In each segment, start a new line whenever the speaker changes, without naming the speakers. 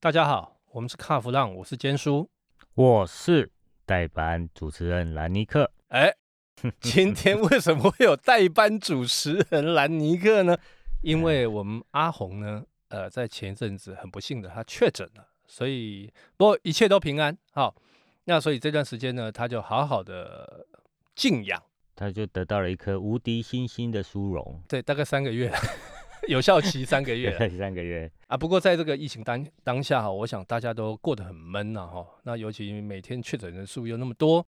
大家好，我们是卡弗浪，我是坚叔。
我是代班主持人兰尼克。
哎，今天为什么会有代班主持人兰尼克呢？因为我们阿红呢，呃，在前一阵子很不幸的他确诊了，所以不过一切都平安。好，那所以这段时间呢，他就好好的静养，
他就得到了一颗无敌星星的殊荣，
对，大概三个月了， 有效期三个月了。
三个月，
啊，不过在这个疫情当当下哈，我想大家都过得很闷呐、哈。那尤其每天确诊人数又那么多，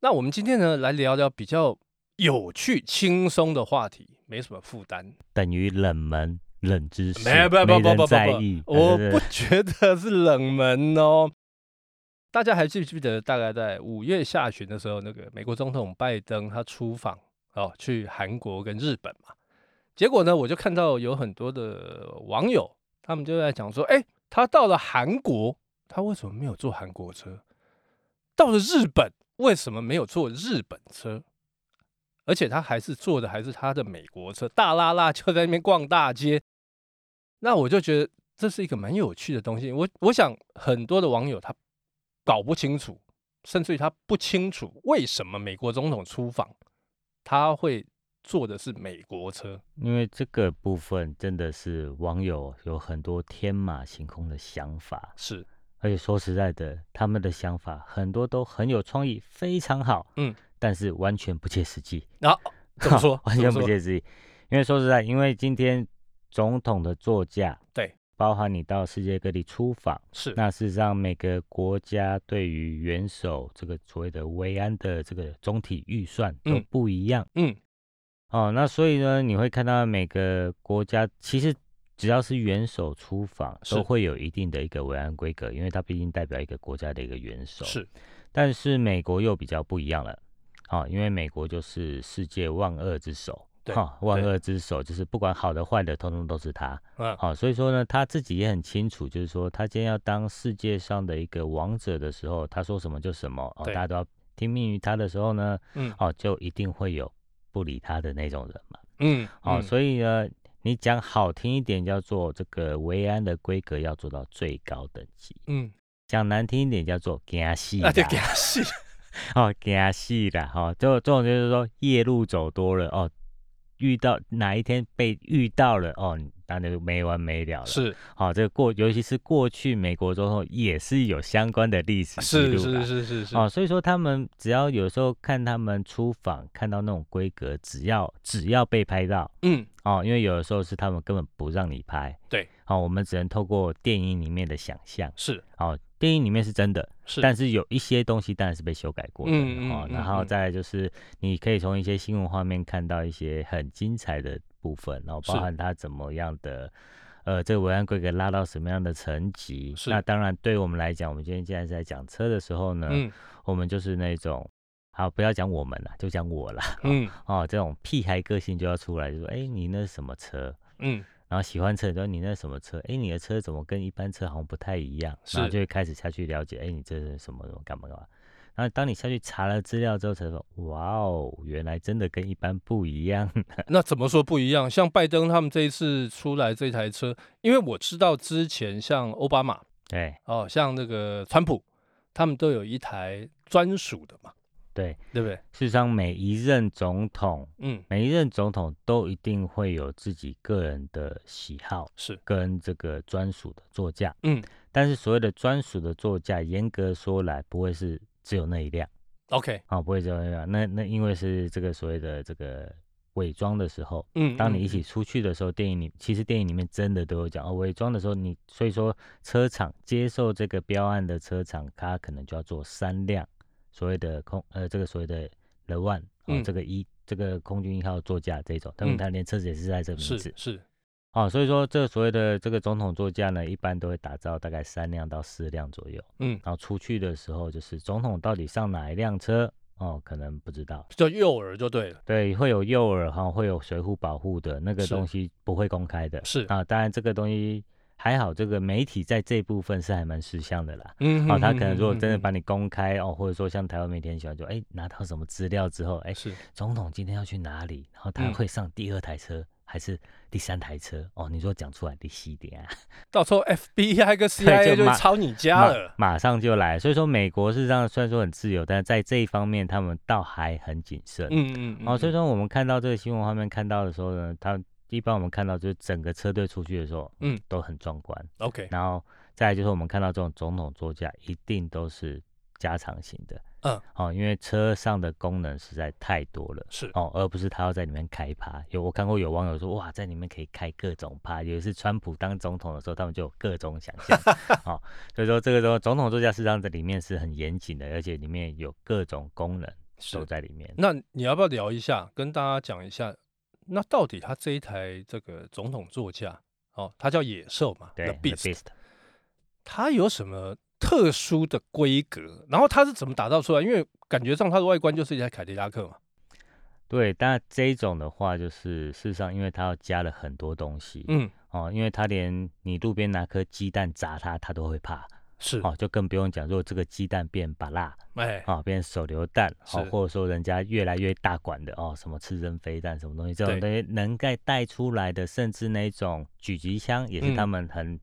那我们今天呢来聊聊比较有趣、轻松的话题，没什么负担。
等于冷门冷知 识，
没不不不
人
不不
在
不
意。
我
嗯对
不，觉得是冷门哦。大家还记不记得，大概在五月下旬的时候，那个美国总统拜登他出访哦，去韩国跟日本嘛。结果呢，我就看到有很多的网友，他们就在讲说，哎，他到了韩国，他为什么没有坐韩国车？到了日本，为什么没有坐日本车？而且他还是坐的还是他的美国车，大拉拉就在那边逛大街。那我就觉得这是一个蛮有趣的东西。我我想很多的网友他搞不清楚，甚至于他不清楚为什么美国总统出访他会坐的是美国车。
因为这个部分真的是网友有很多天马行空的想法，
是，
而且说实在的，他们的想法很多都很有创意，非常好。
嗯，
但是完全不切实际。
然、 后 怎么说？
完
怎么
全不
说
切实际。因为说实在，因为今天总统的座驾，
对，
包含你到世界各地出访，
是
那事实上每个国家对于元首这个所谓的维安的这个总体预算都
嗯
不一样、
嗯
哦。那所以呢，你会看到每个国家其实。只要是元首出访，
是
都会有一定的一个维安规格，因为他毕竟代表一个国家的一个元首。
是
但是美国又比较不一样了，啊、因为美国就是世界万恶之首，
对
哈万
对
恶之首就是不管好的坏的，通通都是他，
嗯
好、所以说呢，他自己也很清楚，就是说他今天要当世界上的一个王者的时候，他说什么就什么，哦，
对
大家都要听命于他的时候呢，
嗯
哦，就一定会有不理他的那种人嘛，
嗯
哦，
嗯
所以呢。你讲好听一点，叫做这个维安的规格要做到最高等级；
嗯
讲难听一点，叫做惊戏
啊，
啦。
对，给他戏
哦，惊死啦！哦，就这种就是说夜路走多了哦，遇到哪一天被遇到了哦，那就没完没了了。，
是
好、这个过，尤其是过去美国总统也是有相关的历史记
是
录啦
是是是是，
哦，所以说他们只要有时候看他们出访，看到那种规格，只要只要被拍到
嗯
哦，因为有的时候是他们根本不让你拍，
对，
哦，我们只能透过电影里面的想象，
是
哦，电影里面是真的，
是，
但是有一些东西当然是被修改过的、
嗯
哦
嗯，
然
嗯
后
嗯
再来就是你可以从一些新闻画面看到一些很精彩的部分，然后包
是
含它怎么样的。呃，这个文案规格拉到什么样的层级？
是
那当然，对我们来讲，我们今天既然是在讲车的时候呢，
嗯
我们就是那种，好，不要讲我们了，就讲我啦。
嗯
哦，这种屁孩个性就要出来，就说，哎，你那什么车？
嗯
然后喜欢车，就说你那什么车？哎，你的车怎么跟一般车好像不太一样？然后
是
就会开始下去了解，哎，你这是什么什么干嘛干嘛？然后当你下去查了资料之后，才说，哇哦，原来真的跟一般不一样。
那怎么说不一样？像拜登他们这一次出来这台车，因为我知道之前像奥巴马
对
哦，像那个川普，他们都有一台专属的嘛，
对，
对不对？
事实上每一任总统，
嗯，
每一任总统都一定会有自己个人的喜好
是，
跟这个专属的座驾。
嗯
但是所谓的专属的座驾，严格说来不会是只有那一辆。
，OK，
啊、不会这样。那那因为是这个所谓的这个伪装的时候，
嗯，
当
嗯
你一起出去的时候，电影里其实电影里面真的都有讲哦，伪装的时候你，所以说车厂接受这个标案的车厂，它可能就要做三辆所谓的空呃这个所谓的 The One 哦，
嗯
这个一这个空军一号座驾这种，他们
嗯
它连车子也是在这个名字
是是，
哦，所以说这所谓的这个总统座驾呢，一般都会打造大概三辆到四辆左右。
嗯，
然后出去的时候，就是总统到底上哪一辆车哦，可能不知道。
叫诱饵就对了，
对，会有诱饵哈，会有水浒保护的那个
是
东西不会公开的。
是
啊，当然这个东西还好，这个媒体在这部分是还蛮识相的啦。
嗯，
哦，
嗯
他可能如果真的，把
嗯
你公开哦，或者说像台湾媒体很喜欢说，哎，拿到什么资料之后，哎
嗯，是
总统今天要去哪里，然后他
嗯
会上第二台车，还是第三台车？哦，你说讲出来第西点啊，
到时候 FBI 跟
对
CIA
就
就
马
会抄你家了。
马马上就来。所以说，美国事实上虽然说很自由，但是在这一方面他们倒还很谨慎。
嗯嗯嗯，
哦，所以说我们看到这个新闻画面看到的时候呢，他一般我们看到就是整个车队出去的时候，
嗯，
都很壮观。
OK，
然后再来就是我们看到这种总统座驾一定都是加长型的，
嗯，
哦，因为车上的功能实在太多了。
是
哦，而不是他要在里面开趴。有我看过有网友说，哇，在里面可以开各种趴。有一次川普当总统的时候，他们就有各种想 象。哦，所以说这个时候总统座驾实际上在里面是很严谨的，而且里面有各种功能
是
都。在里面。
那你要不要聊一下，跟大家讲一下，那到底他这一台这个总统座驾，哦，它叫野兽嘛
对
The
，The
Beast，
Beast
它有什么特殊的规格？然后它是怎么打造出来？因为感觉上它的外观就是一台凯迪拉克嘛。
对，但这一种的话，就是事实上，因为它要加了很多东西、
嗯，
哦，因为它连你路边拿颗鸡蛋砸它，它都会怕
是，
哦，就更不用讲，如果这个鸡蛋变巴辣
哎，
啊、哦，变手榴弹，哦
是，
或者说人家越来越大管的哦，什么刺针飞弹什么东西，这种
对
东西能够带出来的，甚至那种狙击枪也是他
嗯
们很、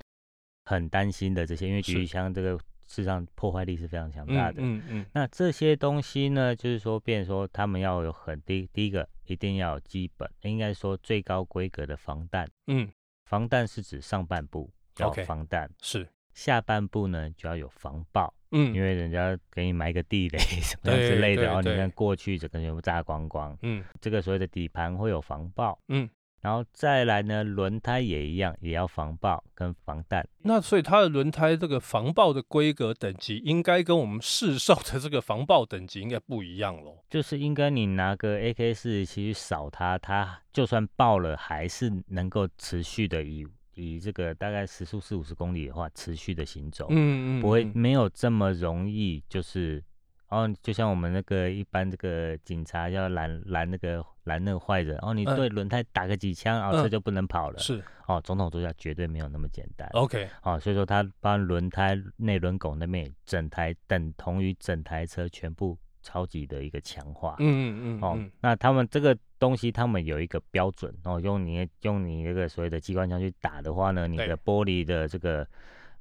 很担心的这些，因为狙
是
击枪这个事实上破坏力是非常强大
嗯
的。
嗯嗯，
那这些东西呢，就是说，变成说他们要有很低，第一个一定要有基本，应该说最高规格的防弹。
嗯，
防弹是指上半部要
OK
有防弹
是，
下半部呢就要有防爆，因
嗯
为人家给你埋个地雷 什么样之
对
类
对
的，哦，你
对
看过去整个全部炸光光。
嗯
这个所谓的底盘会有防爆，
嗯。
然后再来呢，轮胎也一样，也要防爆跟防弹。
那所以它的轮胎这个防爆的规格等级，应该跟我们市售的这个防爆等级应该不一样喽。
就是应该你拿个 AK 四十七去扫它，它就算爆了，还是能够持续的以以这个大概时速四五十公里的话，持续的行走，
嗯嗯，
哦不会
嗯
没有这么容易就是。哦，就像我们那个一般这个警察要拦拦那个拦那个坏人，哦，你
嗯
对轮胎打个几枪，哦，
嗯
车就不能跑了。
是
哦，总统座驾绝对没有那么简单。
OK，
哦，所以说它把轮胎内轮拱那边也整台等同于整台车全部超级的一个强化。
嗯嗯嗯，
哦
嗯，
那他们这个东西，他们有一个标准哦，用你用你那个所谓的机关枪去打的话呢，你
对
的玻璃的这个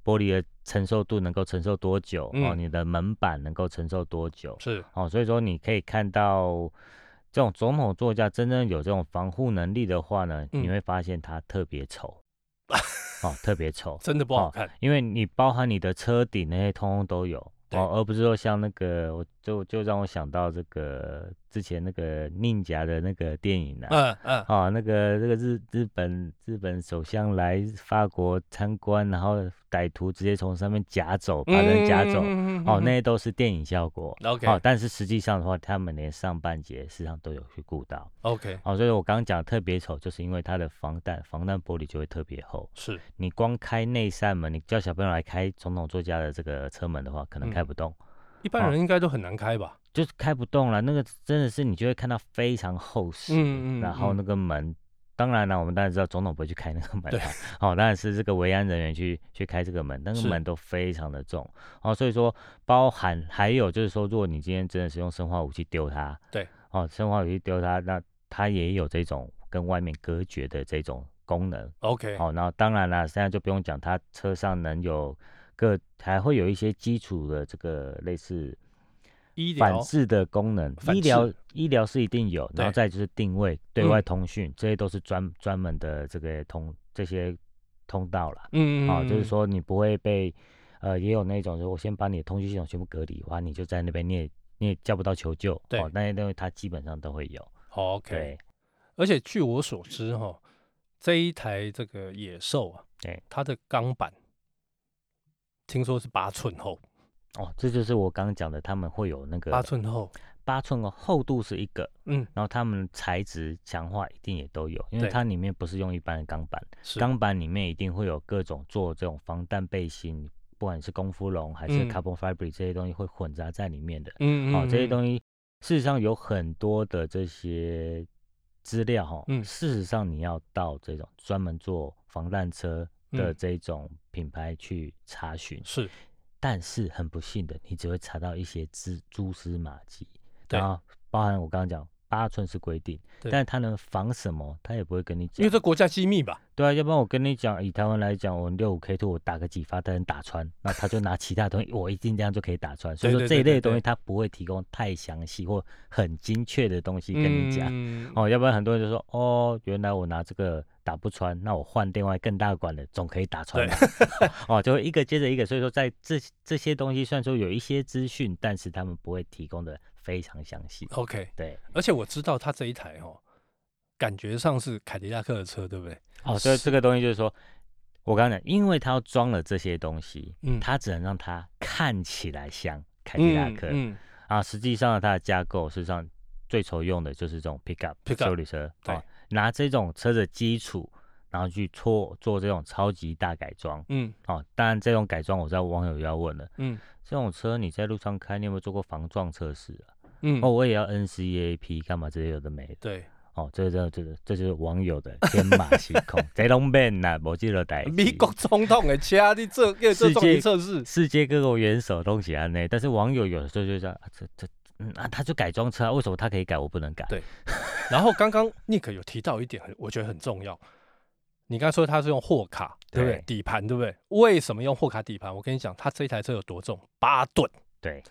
玻璃的承受度能够承受多久、哦，
嗯
你的门板能够承受多久
是
哦，所以说你可以看到这种总统座驾真正有这种防护能力的话呢，你
嗯
会发现它特别 丑，哦，特别丑，
真的不好
哦
看。
因为你包含你的车顶那些通通都有
对
哦，而不是说像那个，我就就让我想到这个之前那个宁甲的那个电影啊，
嗯嗯，
哦，那个这个日日本日本首相来法国参观，然后歹徒直接从上面夹走，把人夹
嗯
走，哦，那些都是电影效果。
OK
哦，但是实际上的话，他们连上半截实际上都有去顾到。
OK
哦，所以我刚刚讲特别丑，就是因为它的防弹防弹玻璃就会特别厚。
是
你光开内扇门，你叫小朋友来开总统座驾的这个车门的话，可能开
嗯
不动，
一般人应该都很难开吧？
就是开不动了。那个真的是你就会看到非常厚实，
嗯嗯
然后
嗯
那个门，当然了，我们当然知道总统不会去开那个门
对
啦，哦，当然是这个维安人员去去开这个门，那个
是
门都非常的重，哦，所以说包含还有就是说，如果你今天真的是用生化武器丢它，
对，
哦，生化武器丢它，那它也有这种跟外面隔绝的这种功能。
OK，
好、然后当然啦，现在就不用讲，它车上能有各还会有一些基础的这个类似
医
反
疗
制的功能，
反
医
制
疗医疗是一定有，然后
对
再就是定位、对外
嗯
通讯，这些都是专专门的这个通这些通道啦。
嗯
啊、就是
嗯
说你不会被呃，也有那种说我先把你的通讯系统全部隔离，哇，你就在那边你也你也叫不到求救，
对
哦，那些东西它基本上都会有，
OK，
对，
而且据我所知，哈，这一台这个野兽啊，
对，
它的钢板听说是八寸厚，
哦，这就是我刚刚讲的，他们会有那个
八寸厚，
八寸的厚度是一个，
嗯，
然后它们材质强化一定也都有，因为
对
它里面不是用一般的钢板，
是
钢板里面一定会有各种做这种防弹背心，不管是功夫绒还是
嗯
carbon fiber 这些东西会混杂在里面的。
嗯
好、哦这些
西
东西事实上有很多的这些资料哈、
嗯
事实上你要到这种专门做防弹车的
嗯
这种品牌去查询，
是
但是很不幸的，你只会查到一些蛛蛛丝马迹，
对
然后包含我刚刚讲。八寸是规定，
对
但它能防什么，它也不会跟你
因
讲
为。这国家机密吧？
对啊，要不然我跟你讲，以台湾来讲，我六五 K 兔我打个几发弹打穿，那他就拿其他东西，我一定这样就可以打穿。所以
对
说
对
这一
对
类
对
的东西，
对
它不会提供太详细或很精确的东西跟你讲。
嗯
哦，要不然很多人就说，哦，原来我拿这个打不穿，那我换另外更大管的，总可以打穿吧？ 哦，就会一个接着一个，所以说在这这些东西，虽然说有一些资讯，但是他们不会提供的非常详细。
OK，
对，
而且我知道它这一台哦，感觉上是凯迪拉克的车，对不对？
哦，所以这个东西就是说，我刚刚讲，因为它要装了这些东西，
嗯
它只能让它看起来像凯迪拉克、
嗯，嗯
啊，实际上它的架构，事实上最常用的就是这种 pickup
Pickup，
修理车，
对
哦，拿这种车的基础，然后去做做这种超级大改装，
嗯
哦，当然这种改装，我知道网友要问了，
嗯
这种车你在路上开，你有没有做过防撞测试啊？
嗯，
哦，我也要 NCAP 干嘛这些有的没的。
对，
哦，这这这这就是网友的天马行空，这拢变啦，无记了代。
美国总统的车，你这个这
哎世
重力
界
测试，
世界各国元首都喜欢呢，但是网友有的时候就这样，啊、这这嗯啊，他就改装车啊，为什么他可以改，我不能改？
对然后刚刚 Nick 有提到一点，我觉得很重要。你刚才说它是用货卡，对不对？
对
底盘，对不对？为什么用货卡底盘？我跟你讲，它这一台车有多重，八吨，
对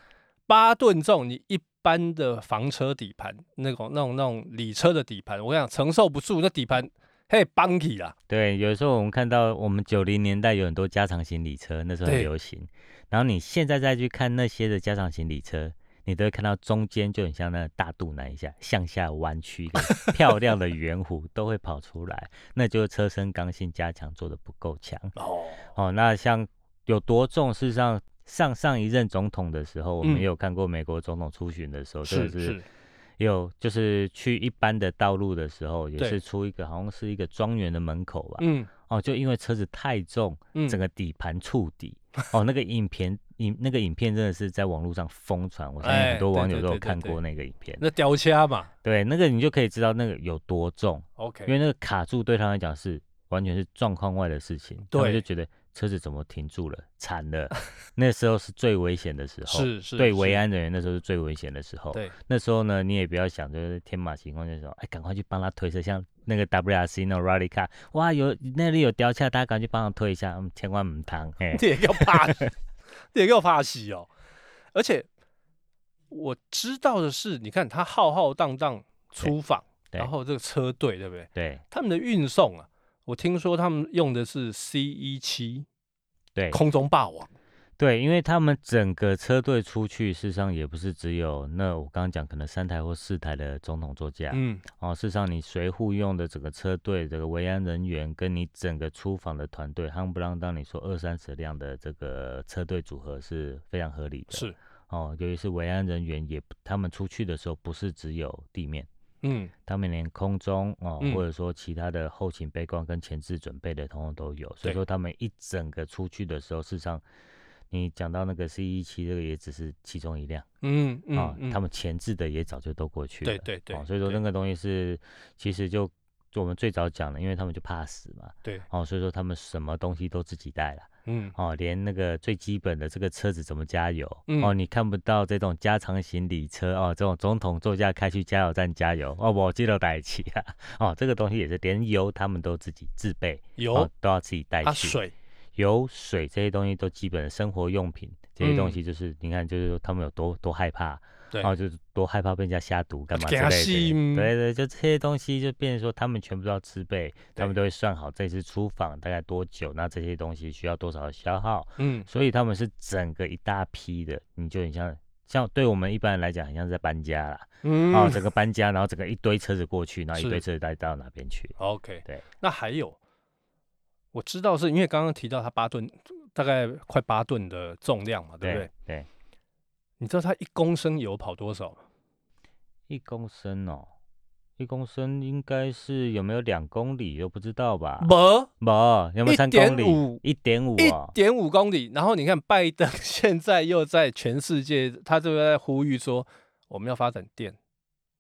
八吨重。你一般的房车底盘，那种那种那种里车的底盘，我跟你讲承受不住，那底盘嘿崩起啦。
对，有时候我们看到我们九零年代有很多加长行李车，那时候很
对
流行。然后你现在再去看那些的加长行李车，你都会看到中间就很像那个大肚腩一下向下弯曲，一个漂亮的圆弧都会跑出来，那就是车身刚性加强做的不够强。
哦，
哦，那像有多重？事实上，上上一任总统的时候，我
嗯
们也有看过美国总统初选的时候，
是
真的
是，
也有就是去一般的道路的时候，也
对
是出一个好像是一个庄园的门口吧。
嗯
哦，就因为车子太重，
嗯，
整个底盘触底。哦，那个影片影那个影片真的是在网络上疯传，我相信
哎
很多
对
网
对
友都有
对对
看
对
过那个影片。
那吊车嘛
对，那个你就可以知道那个有多重。
，OK，
因为那个卡住对他来讲是完全是状况外的事情，他们
对
就觉得车子怎么停住了，惨了， 那时候是最危险的时候，
是是
对
是
维安人员那时候是最危险的时候，
对，
那时候呢，你也不要想就是天马行空，就是说，哎，赶快去帮他推车，像那个 WRC 那种 Rally Car，哇，有那里有掉下，大家赶快去帮他推一下，嗯，千万唔当， 哎，
你也要怕死，你也要怕死哦。而且我知道的是，你看他浩浩荡荡出访，
对
然后这个车队对不对？
对
他们的运送啊，我听说他们用的是 C 一七
对
空中霸王，
对，因为他们整个车队出去，事实上也不是只有那我刚刚讲可能三台或四台的总统座驾，
嗯，
哦，事实上，你随护用的整个车队、这个维安人员跟你整个出访的团队，夯不啷当，你说二三十辆的这个车队组合是非常合理的。
是，
哦，由于是维安人员也不，他们出去的时候不是只有地面，
嗯，
他们连空中哦，
嗯
或者说其他的后勤备光跟前置准备的，通通都有。所
对
以说，他们一整个出去的时候，事实上，你讲到那个 C 一七，这个也只是其中一辆。
嗯嗯
啊、
嗯，
他们前置的也早就都过去了，
对对对
哦，所以说
对
那个东西是其实就就我们最早讲的，因为他们就怕死嘛，
对，
哦，所以说他们什么东西都自己带了，
嗯，
哦，连那个最基本的这个车子怎么加油，
嗯
哦，你看不到这种加长型礼车哦，这种总统座驾开去加油站加油，哦，我记得带起啊，哦，这个东西也是连油他们都自己自备，
油
哦，都要自己带去，
啊水，
油、水这些东西都基本的生活用品，这些东西就是、你看，就是说他们有多多害怕，
嗯对
然后就是多害怕被人家下毒干嘛之
给
类
他
的，
信
对对，就这些东西就变成说他们全部都要自备，他们
对
都会算好这次出访大概多久，那这些东西需要多少的消耗，
嗯，
所以他们是整个一大批的，你就很像像对我们一般人来讲，很像是在搬家啦，
嗯
然后整个搬家，然后整个一堆车子过去，然后一
是
堆车子带到哪边去，
OK，
对。
那还有，我知道是因为刚刚提到它八吨，大概快八吨的重量嘛，对不对？
对，
你知道它一公升油跑多少吗？
一公升哦，一公升应该是有没有两公里都不知道吧？
没，
不，啊有没有三公里
1.5？
一点五
一
哦，
点五公里。然后你看，拜登现在又在全世界，他就在呼吁说，我们要发展电，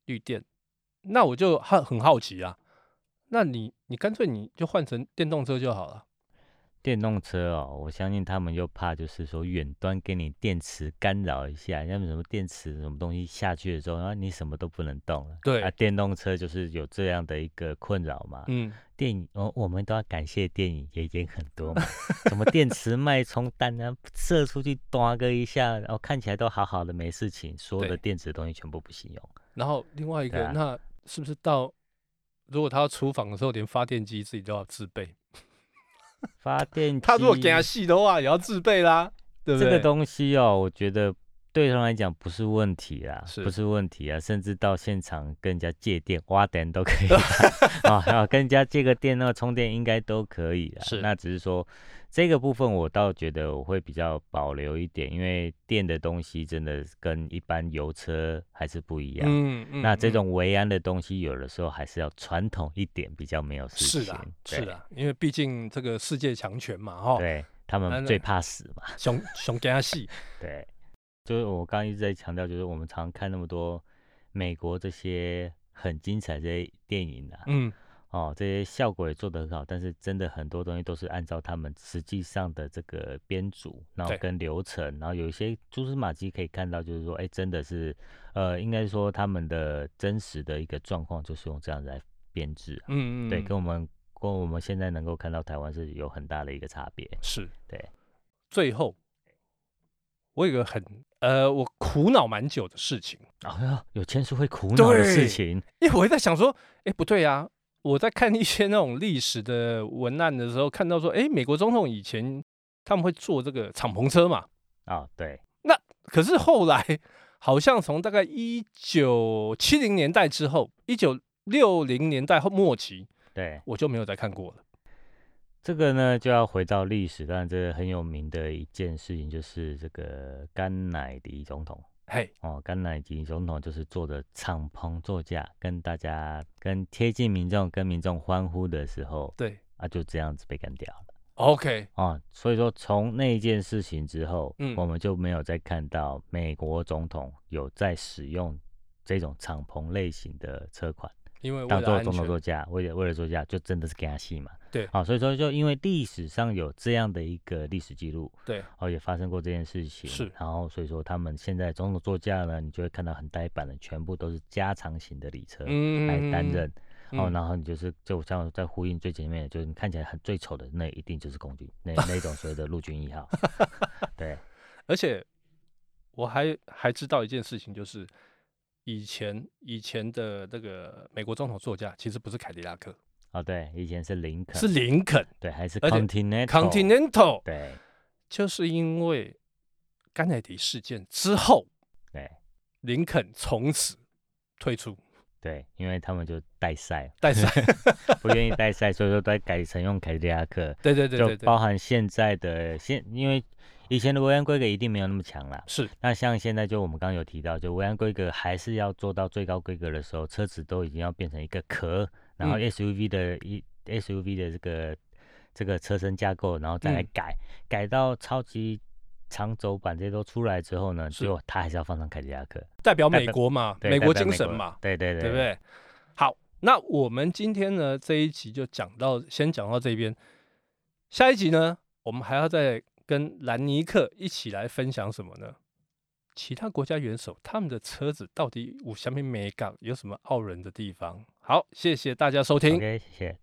绿电。那我就很很好奇啊，那你你干脆你就换成电动车就好了。
电动车哦，我相信他们又怕就是说远端给你电池干扰一下，像什么电池什么东西下去的时候，然后你什么都不能动了。
对
啊，电动车就是有这样的一个困扰嘛。
嗯，
电影哦，我们都要感谢电影也已经很多嘛，什么电池脉冲弹啊，射出去咚个一下，然、后看起来都好好的没事情，所有的
对
电子的东西全部不行用。
然后另外一
对
个，
啊
那是不是到如果他要出访的时候，连发电机自己都要自备？
发电
他如果
机
给他细的话，也要自备啦，对不
这
对？
个东西哦，我觉得对他们来讲不是问题啊，
是
不是问题啊，甚至到现场跟人家借电、挖电都可以 啊，啊、跟人家借个电，那个充电应该都可以啊。
是
那只是说这个部分，我倒觉得我会比较保留一点，因为电的东西真的跟一般油车还是不一样。
嗯嗯
那这
嗯
种维安的东西，有的时候还是要传统一点，比较没有事情。
嗯是的，
对
是啊的，因为毕竟这个世界强权嘛，哈，
对他
那
们
那
最怕死嘛。
熊熊给他细，
对，就是我刚刚一直在强调，就是我们常看那么多美国这些很精彩这些电影啊，
嗯，
哦，这些效果也做得很好，但是真的很多东西都是按照他们实际上的这个编组，然后
对
跟流程，然后有一些蛛丝马迹可以看到，就是说，哎，真的是，呃，应该说他们的真实的一个状况就是用这样来编制啊、
嗯嗯，
对，
嗯
跟我们跟我们现在能够看到台湾是有很大的一个差别，
是
对。
最后，我有一个很呃，我苦恼蛮久的事情，
哦哟， 有签书会苦恼的
对
事情。
因为我在想说，哎，不对啊，我在看一些那种历史的文案的时候，看到说，哎，美国总统以前他们会坐这个敞篷车嘛，
哦，对，
可是后来好像从大概一九七零年代之后，一九六零年代后末期，
对，
我就没有再看过了。
这个呢就要回到历史，当然这个很有名的一件事情就是这个甘乃迪总统
嘿，
哦，甘乃迪总统就是坐着敞篷座驾，跟大家跟贴近民众、跟民众欢呼的时候
对
啊，就这样子被干掉了
，OK，
哦。所以说从那一件事情之后，
嗯
我们就没有再看到美国总统有在使用这种敞篷类型的车款。
因为为
当
了
做
安
总统
全，
座驾，为了为了座驾，就真的是给他戏嘛。
对
好、所以说就因为历史上有这样的一个历史记录，
对，
哦，也发生过这件事情，
是
然后所以说他们现在总统座驾呢，你就会看到很呆板的，全部都是加长型的礼车
嗯
呃来担任。哦，
嗯
然后你就是就像在呼应最前面的，就是你看起来很最丑的那一定就是空军，那那种所谓的陆军 一号。对，
而且我还还知道一件事情，就是以前以前的那个美国总统座驾其实不是凯迪拉克，
哦对，以前是林肯，
是林肯
对还是
而且
Continental
Continental，
对
就是因为甘乃迪事件之后，
对
林肯从此退出
对，因为他们就带赛，
但是
不愿意带赛，所以说都改成用凯迪拉克，
对对对
就
对对
包，含现在的现，因为以前的维安规格一定没有那么强啦。
是
那像现在就我们刚刚有提到，就维安规格还是要做到最高规格的时候，车子都已经要变成一个壳，然后
嗯
SUV 的一、SUV 的这个这个车身架构，然后再来
嗯
改，改到超级长轴版这些都出来之后呢，
是
就它还是要放上凯迪拉克，
代表
代
美
表
国嘛，
对
美
代
国
表
精神嘛，
对对对，
对不？对？好，那我们今天呢这一集就讲到，先讲到这边。下一集呢，我们还要再跟兰尼克一起来分享什么呢？其他国家元首他们的车子到底有什么美感，有什么傲人的地方？好，谢谢大家收听。
OK，谢谢。